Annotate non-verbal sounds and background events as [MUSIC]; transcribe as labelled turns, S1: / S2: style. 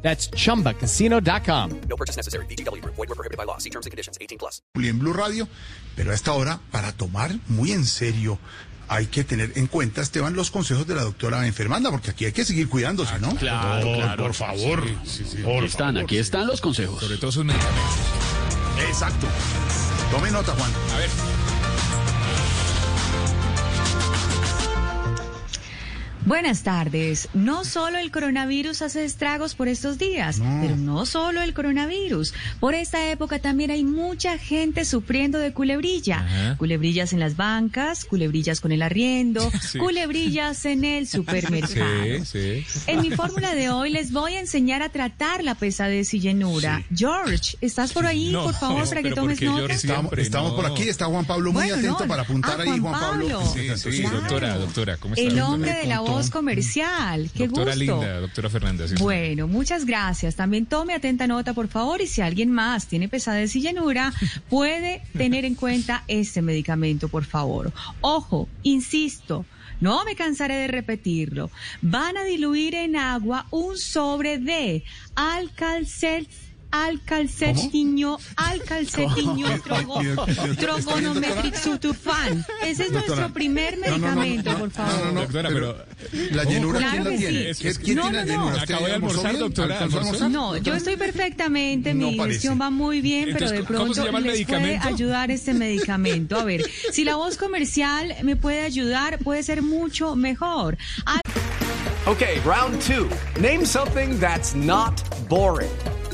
S1: That's chumbacasino.com.
S2: No purchase necessary. BGW. Void were prohibited by law. See terms and conditions. 18 plus.
S3: Juli en Blue Radio, pero a esta hora, para tomar muy en serio, hay que tener en cuenta, Esteban, los consejos de la doctora enfermanda, porque aquí hay que seguir
S4: Ah,
S3: cuidándose, ¿no?
S5: Claro,
S4: Por,
S5: claro.
S4: por favor. Por
S5: Aquí están,
S4: favor.
S5: aquí están los consejos.
S4: Sobre todo sus medicamentos.
S3: Exacto. Tome nota, Juan.
S6: Buenas tardes. No solo el coronavirus hace estragos por estos días, pero no solo el coronavirus. Por esta época también hay mucha gente sufriendo de culebrilla. Culebrillas en las bancas, culebrillas con el
S4: [LAUGHS]
S6: arriendo, culebrillas en el supermercado.
S4: Sí, sí.
S6: En mi fórmula de hoy les voy a enseñar a tratar la pesadez y llenura. George, ¿estás por ahí, por favor, para que
S4: pero
S6: tomes
S4: porque George
S6: nota?
S4: sí-
S3: Estamos,
S4: Siempre,
S3: estamos
S4: no.
S3: por aquí, está Juan Pablo muy
S6: Bueno,
S3: atento
S6: no,
S3: para apuntar
S6: ah,
S3: ahí,
S6: Juan
S3: Juan Pablo.
S6: Pablo.
S4: Sí, sí,
S6: Claro.
S4: doctora, doctora, ¿cómo está?
S6: El hombre de la
S3: contó.
S6: voz comercial. Qué
S4: doctora
S6: gusto.
S4: linda, doctora Fernández. sí.
S6: Bueno, muchas gracias. También tome atenta nota, por favor, y si alguien más tiene pesadez
S3: [LAUGHS]
S6: y llanura, puede tener en cuenta este medicamento, por favor. Ojo, insisto. No me cansaré de repetirlo. Van a diluir en agua un sobre de alcalcet, alcalcetiño,
S3: [LAUGHS]
S6: alcalcetiño, trogo-
S3: Dios, Dios,
S6: trogonometric
S3: [LAUGHS]
S6: sutufan. Ese es nuestro primer
S3: No, no, no,
S6: medicamento,
S3: no, no,
S6: por
S3: no,
S6: favor.
S3: no,
S4: Doctora,
S3: pero,
S4: pero-
S3: ¿La llenura
S6: Claro
S3: quién la
S6: que
S3: tiene?
S6: sí.
S3: ¿Quién- ¿Quién
S6: No,
S3: tiene
S6: no,
S3: la
S6: no.
S3: llenura? ¿Usted
S4: Acabo de
S3: almorzó
S4: almorzar,
S3: bien?
S4: doctora,
S3: ¿Alcanzó a
S4: ¿almorzó?
S3: almorzar?
S6: No, yo estoy perfectamente,
S3: No
S6: mi digestión
S3: parece.
S6: va muy bien, pero
S4: Entonces,
S6: de
S4: ¿cómo se
S6: pronto
S4: llama el
S6: les puede
S4: medicamento?
S6: ayudar este medicamento. A ver, si la voz comercial me puede ayudar, puede ser mucho mejor. Ah,
S7: Okay, round two. Name something that's not boring.